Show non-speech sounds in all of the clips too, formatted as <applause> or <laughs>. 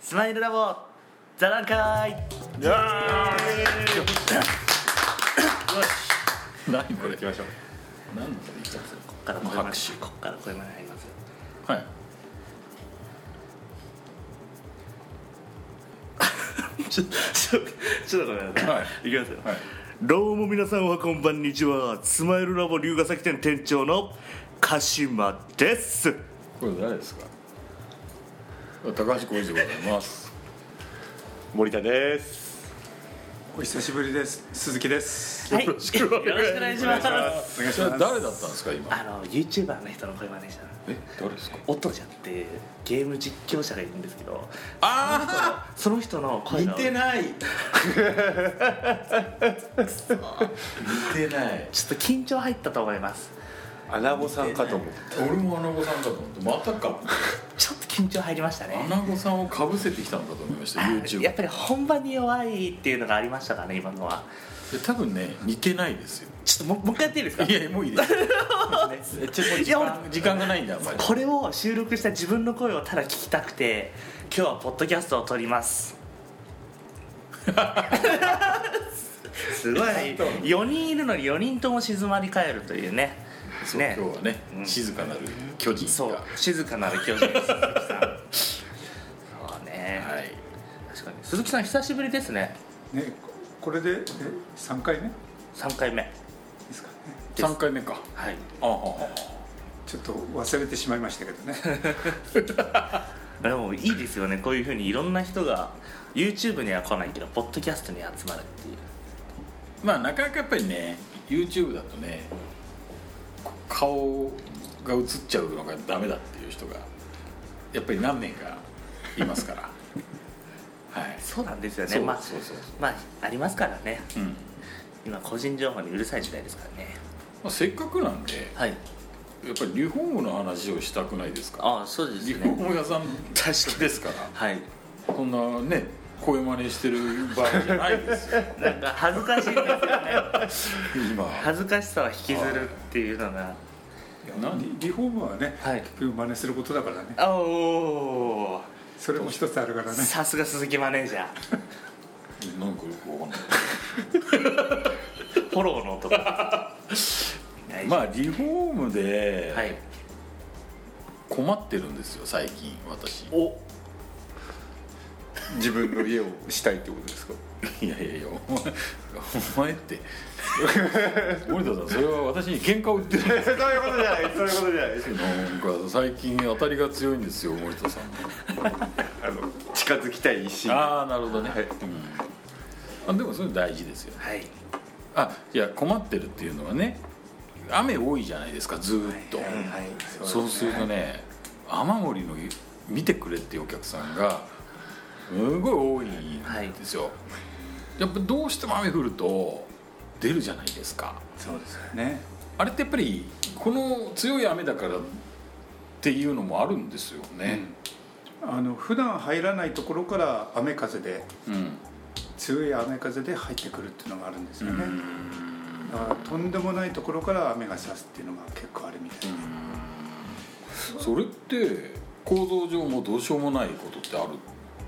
スマイルラボ座談会いや何ここれれ行きましょう何のこれ一発こっからこれまでこっからこれまでありますよはいちょ <laughs> ちょちょっとごめんなさい、、はいきますよ、はいどうも皆さんはこんばんにちはスマイルラボ龍ヶ崎店店長の鹿島ですこれ誰ですか高橋浩二でございます森田ですお久しぶりです鈴木ですはいよろしくお願いしますそれ誰だったんですか今あの YouTuber の人の声真似したらえ誰ですか音じゃってゲーム実況者がいるんですけどあその人の声似がてない似てないちょっと緊張入ったと思いますアナゴさんかと思うあ俺もアナゴさんかと思ってまたかちょっと緊張入りましたねアナゴさんをかぶせてきたのかと思いました YouTube やっぱり本番に弱いっていうのがありましたかね今のはで多分ね似てないですよちょっとももう一回やっていいですかいやもういいですえちょもうい時や間時間がないんだやっぱりこれを収録した自分の声をただ聞きたくて今日はポッドキャストを撮りますすごい4人いるのに4人とも静まり返るというねそうね今日はねうん静かなる巨人そうが静かなる教授です鈴木さんそうね、はい確かに鈴木さん久しぶりですねねこれでえ三回目で3回目すかねです三回目かはいあああちょっと忘れてしまいました <laughs> けどねでもいいですよねこういうふうにいろんな人が YouTube には来ないけどポッドキャストに集まるっていうまあなかなかやっぱりね YouTube だとねこ顔が映っちゃうのがダメだっていう人がやっぱり何名かいますからはいそうなんですよねそうまあそうそうまあありますからねうんま今個人情報にうるさい時代ですからねあ、せっかくなんではいやっぱりリフォームの話をしたくないですかああそうでリすフォねーム屋さん確かですからはいそんなね声真似してる場合じゃないですよなんか恥ずかしいですよね今恥ずかしさを引きずるっていうのが何リフォームはね、はい結局真似することだからねあおーそれも一つあるからねさすが鈴木マネージャーなんかよくわかんないフォローの <laughs> 男大ま丈あリフォームで夫はい困ってるんですよ最近私お自分の家をしたいってことですかいやいやいやお前お前って森田さんそれは私に喧嘩を売ってるんですそういうことじゃないそういうことじゃないよなんか最近当たりが強いんですよ森田さんあの近づきたい一心ああなるほどね、はいうん、あでもそれ大事ですよねはいあいや困ってるっていうのはね雨多いじゃないですかずーっと、はいはいそうするとね雨漏りの見てくれっていうお客さんがすごい多いんですよ、やっぱどうしても雨降ると出るじゃないですかそうですよねあれってやっぱりこの強い雨だからっていうのもあるんですよねあの普段入らないところから雨風でうん、強い雨風で入ってくるっていうのがあるんですよねだからとんでもないところから雨が差すっていうのが結構あるみたいな、それって構造上もどうしようもないことってある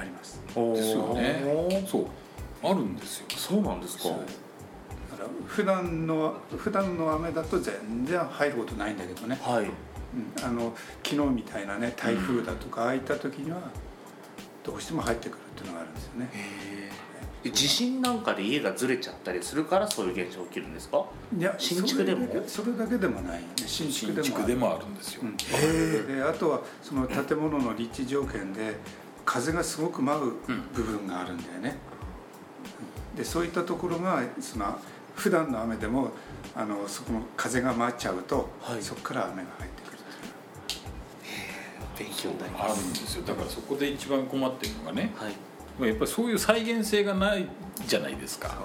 ありますおんですよねそうあるんですよそうなんですかだから普段の普段の雨だと全然入ることないんだけどね、はいうん、あの昨日みたいなね台風だとかああいった時にはどうしても入ってくるっていうのがあるんですよねえ地震なんかで家がずれちゃったりするからそういう現象起きるんですかいや新築でもそれだけそれだけでもないよね新築新でも築でもあるんですよ、うんであとはその建物の立地条件で風がすごく舞う部分があるんだよね、でそういったところがその普段の雨でもあのそこの風が舞っちゃうと、はいそこから雨が入ってくる勉強になりあるんですよだからそこで一番困ってるのがねはいまあやっぱりそういう再現性がないじゃないですか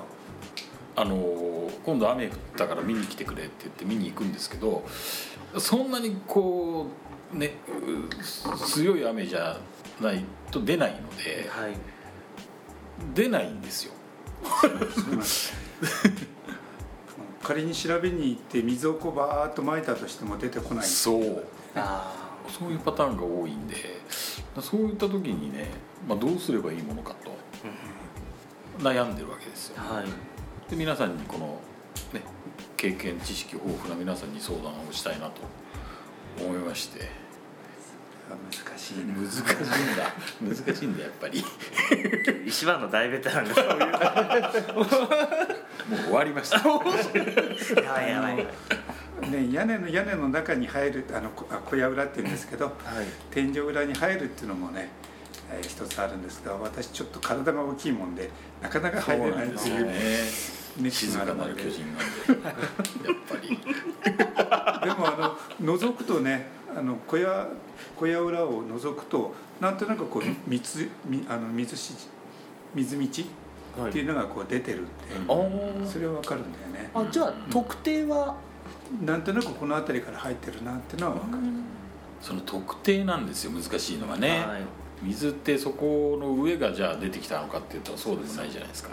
あのー今度雨降ったから見に来てくれって言って見に行くんですけどそんなにこうねう強い雨じゃないと出ないのではい出ないんですよ <laughs> 仮に調べに行って水をこうバーッとまいたとしても出てこないそうあそういうパターンが多いんでそういった時にね、まあ、どうすればいいものかと悩んでるわけですよ <laughs> はいで皆さんにこの、ね、経験知識豊富な皆さんに相談をしたいなと思いまして難しいな難しいんだ難しいんだやっぱり一番の大ベテランがそういう <laughs> もう終わりましたやばいやばいね、屋根の屋根の中に入るあのこあ小屋裏って言うんですけど、天井裏に入るっていうのもね、えー一つあるんですが私ちょっと体が大きいもんでなかなかそ入うれなないんっでてすいようね熱静心なかのなでる巨人なんでやっぱりでもあの覗くとねあの小屋小屋裏を覗くとなんとなくこう水みあの水し水道っていうのがこう出てるって、うんあーそれはわかるんだよねあじゃあ特定はなんとなくこの辺りから入ってるなっていうのはわかる、その特定なんですよ難しいのがね、はい水ってそこの上がじゃあ出てきたのかっていうとそうでもないじゃないですか、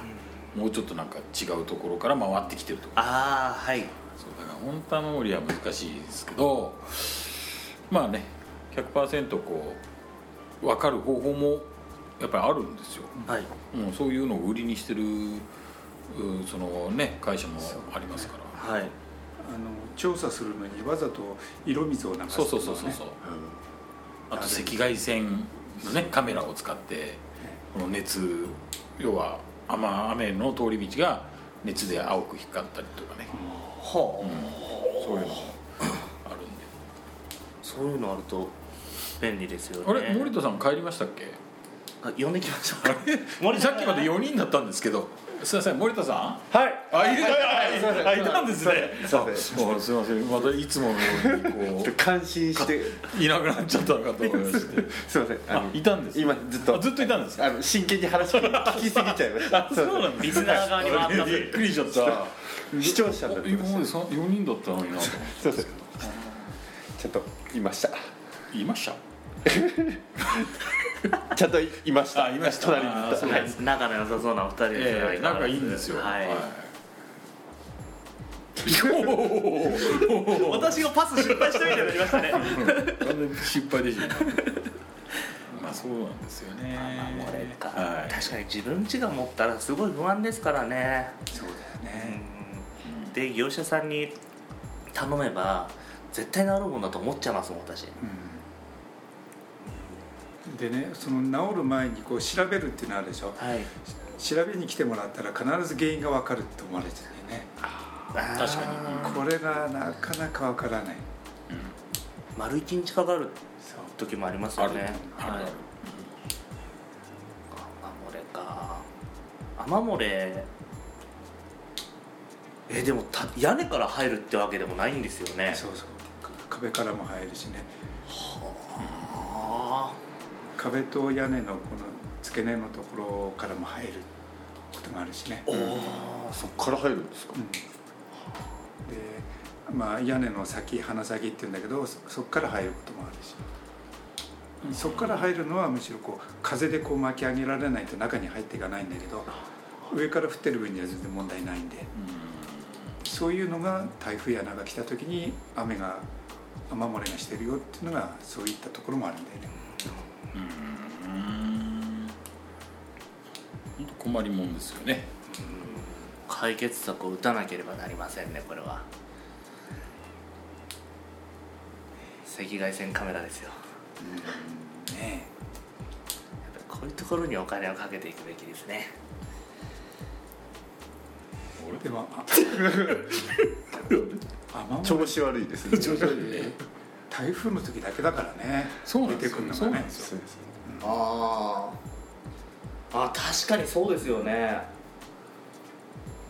もうちょっとなんか違うところから回ってきてるとかああはいそうだから本当は守りは難しいですけどまあね100%こう分かる方法もやっぱりあるんですよ、はいうん、そういうのを売りにしてるうんそのね会社もありますからはいあの調査するのにわざと色水を流すとかねそうそうそうそうそうあと赤外線のねカメラを使ってこの熱要は雨雨の通り道が熱で青く光ったりとかね、はあ、そういうのもあるんでそういうのあると便利ですよねあれ森田さん帰りましたっけあ呼んできましょうか森田ささんっきまで4人だったんですけどすいません森田さんはいあいるすいませんあいたんですねそうですあすいませんまたいつものようにこ感心して <laughs> ういなくなっちゃったのかと思いましてすいませんああのいたんです今ずっとあずっといたんですかあの真剣に <laughs> 話を聞きすぎちゃいましたあそうなんでリすスナー側に回ったびっくりしちゃった視聴者になってま今しまたで4人だったのになと思ってそうですちゃんといました言いましたちゃんといましたあいました隣にいあそうたはい仲の良さそうなお二人ですねええ相変わ仲らずいいんですよはい、おお私がパス失敗したみたいになりましたね失敗でしょ <laughs> まあそうなんですよねこれか、はい確かに自分家が持ったらすごい不安ですからねそうだよね、うんで業者さんに頼めば絶対治るもんだと思っちゃいますもん私うんでねその治る前にこう調べるっていうのあるでしょはい調べに来てもらったら必ず原因が分かるって思われてるね確確かこれがなかなか分からない丸一日かかるそう時もありますあよるねあるあはるい雨漏れか雨漏れえでもた屋根から入るってわけでもないんですよねそうそうか壁からも入るしねあ壁と屋根のこの付け根のところからも入ることもあるしね、ーうんでおそっから入るんですかまあ屋根の先鼻先っていうんだけどそそっから入ることもあるしそっから入るのはむしろこう風でこう巻き上げられないと中に入っていかないんだけど上から降ってる分には全然問題ないんでそういうのが台風やなんか来た時に雨が雨漏れがしてるよっていうのがそういったところもあるんだよねうん困りもんですよね解決策を打たなければなりませんねこれは赤外線カメラですよねやっぱりこういうところにお金をかけていくべきですねえでも <laughs> あ雨漏れ調子悪いです <laughs> ね調子悪い台風の時だけだからねそうなんで出すてよくるのそがうなんねですそうですあーあ確かにそうですよね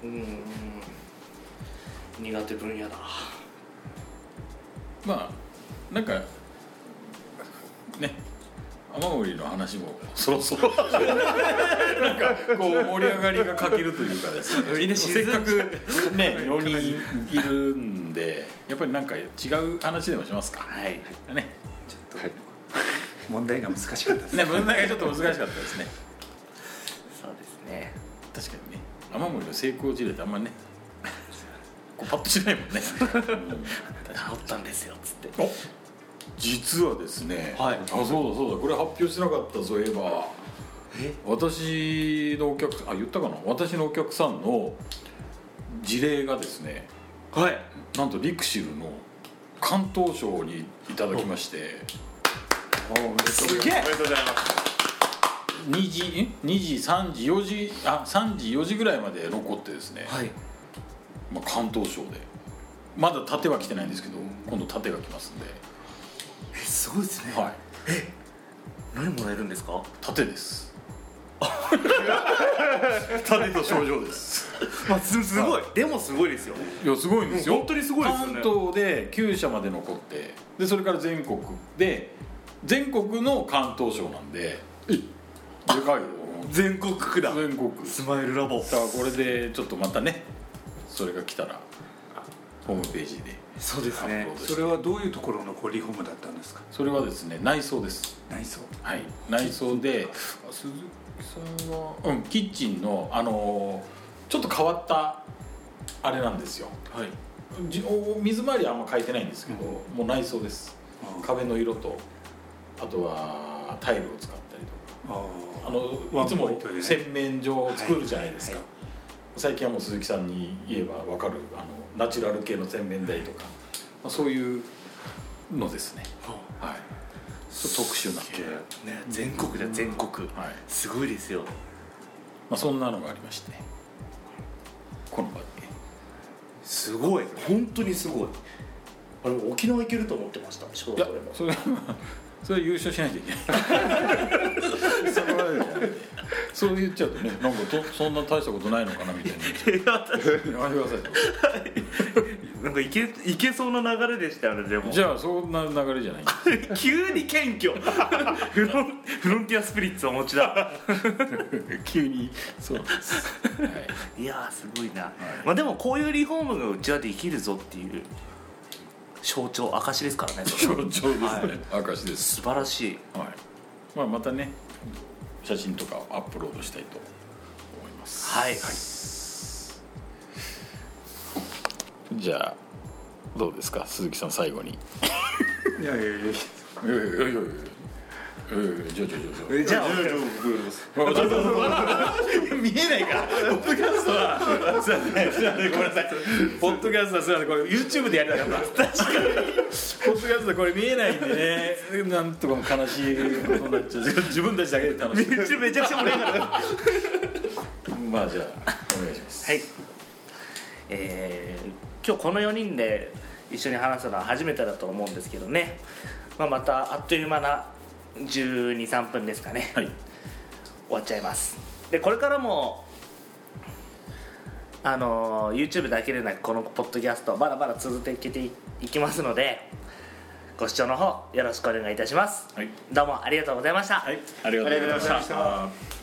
うん苦手分野だまあなんかね雨漏りの話もそろそろなんかこう盛り上がりが欠けるというかですねせっかくね4人いるんでやっぱりなんか違う話でもしますかはいねはい問題が難し <laughs> かったですね問題がちょっと難しかったですねそうですね確かにね雨漏りの成功事例ってあんまねこうパッとしないもんね治ったんですよっつってお実はですね、はいあそうだそうだこれ発表してなかったそういえば私のお客さんあ言ったかな私のお客さんの事例がですねはいなんとリクシルの関東賞にいただきましてすげえおめでとうございます2時ん2時3時4時あ3時4時ぐらいまで残ってですね、はいまあ、関東賞でまだ盾は来てないんですけど今度盾が来ますんで、えすごいですねはい何もらえるんですか盾です盾と症状ですまあすすごいでもすごいですよいやすごいんですよ本当にすごいですよね関東で9社まで残ってでそれから全国で全国の関東省なんででかいよ全国区だ全国スマイルラボさあこれでちょっとまたねそれが来たらホームページでそうです発ね表そそれれはどういうところのこうリフォームだったんですかそれはですね内装です内装はい内装であ鈴木さんはうんキッチンのあのーちょっと変わったあれなんですよはいじお水回りはあんま変えてないんですけど、もう内装ですあ壁の色とあとはタイルを使ったりとかああのワンいつポイもントでね洗面所を作るじゃないですか、はい最近はもう鈴木さんに言えば分かるあのナチュラル系の洗面台とか、まあ、そういうのですねはいちょっと特殊な、ね全国だ全国はいすごいですよまあ、そんなのがありましてこの場ですごい本当にすごいあれ沖縄行けると思ってました小い学や校でもそれはそれは優勝しないといけないそれは <laughs> そう言っちゃうとねなんかとそんな大したことないのかなみたいなやめてくださなんか行け行けそうな流れでしたよねでもいじゃあそんな流れじゃない <laughs> 急に謙虚 <laughs> フロンフロンティアスピリッツをお持ち <laughs> だ急にそうなんです、はい、いやーすごいな、まあでもこういうリフォームがうちはできるぞっていう象徴証です <laughs> からねそ象れ徴はですね、は証です、素晴らしいはいまあ、またね写真とかをアップロードしたいと思いますはい、じゃあどうですか鈴木さん最後にいやいやいやいやいやいやいやいやいやじゃあじゃあじゃあえじゃあじゃあじゃあ僕やります見えないかポッドキャストはすいませんすいませんごめんなさいポッドキャストはすいませんこれ YouTube でやりたかった確かにポッドキャストこれ見えないんでねなんとかも悲しいことになっちゃう自分たちだけで楽しい YouTube めちゃくちゃ盛り上がるはまあじゃあお願いしますいえー、今日この4人で一緒に話したのは初めてだと思うんですけどね、まあ、またあっという間な1 2 3分ですかねはい終わっちゃいますでこれからもあのー YouTube だけでなくこのポッドキャストまだまだ続けていきますのでご視聴の方よろしくお願いいたしますはいどうもありがとうございましたはいありがとうございました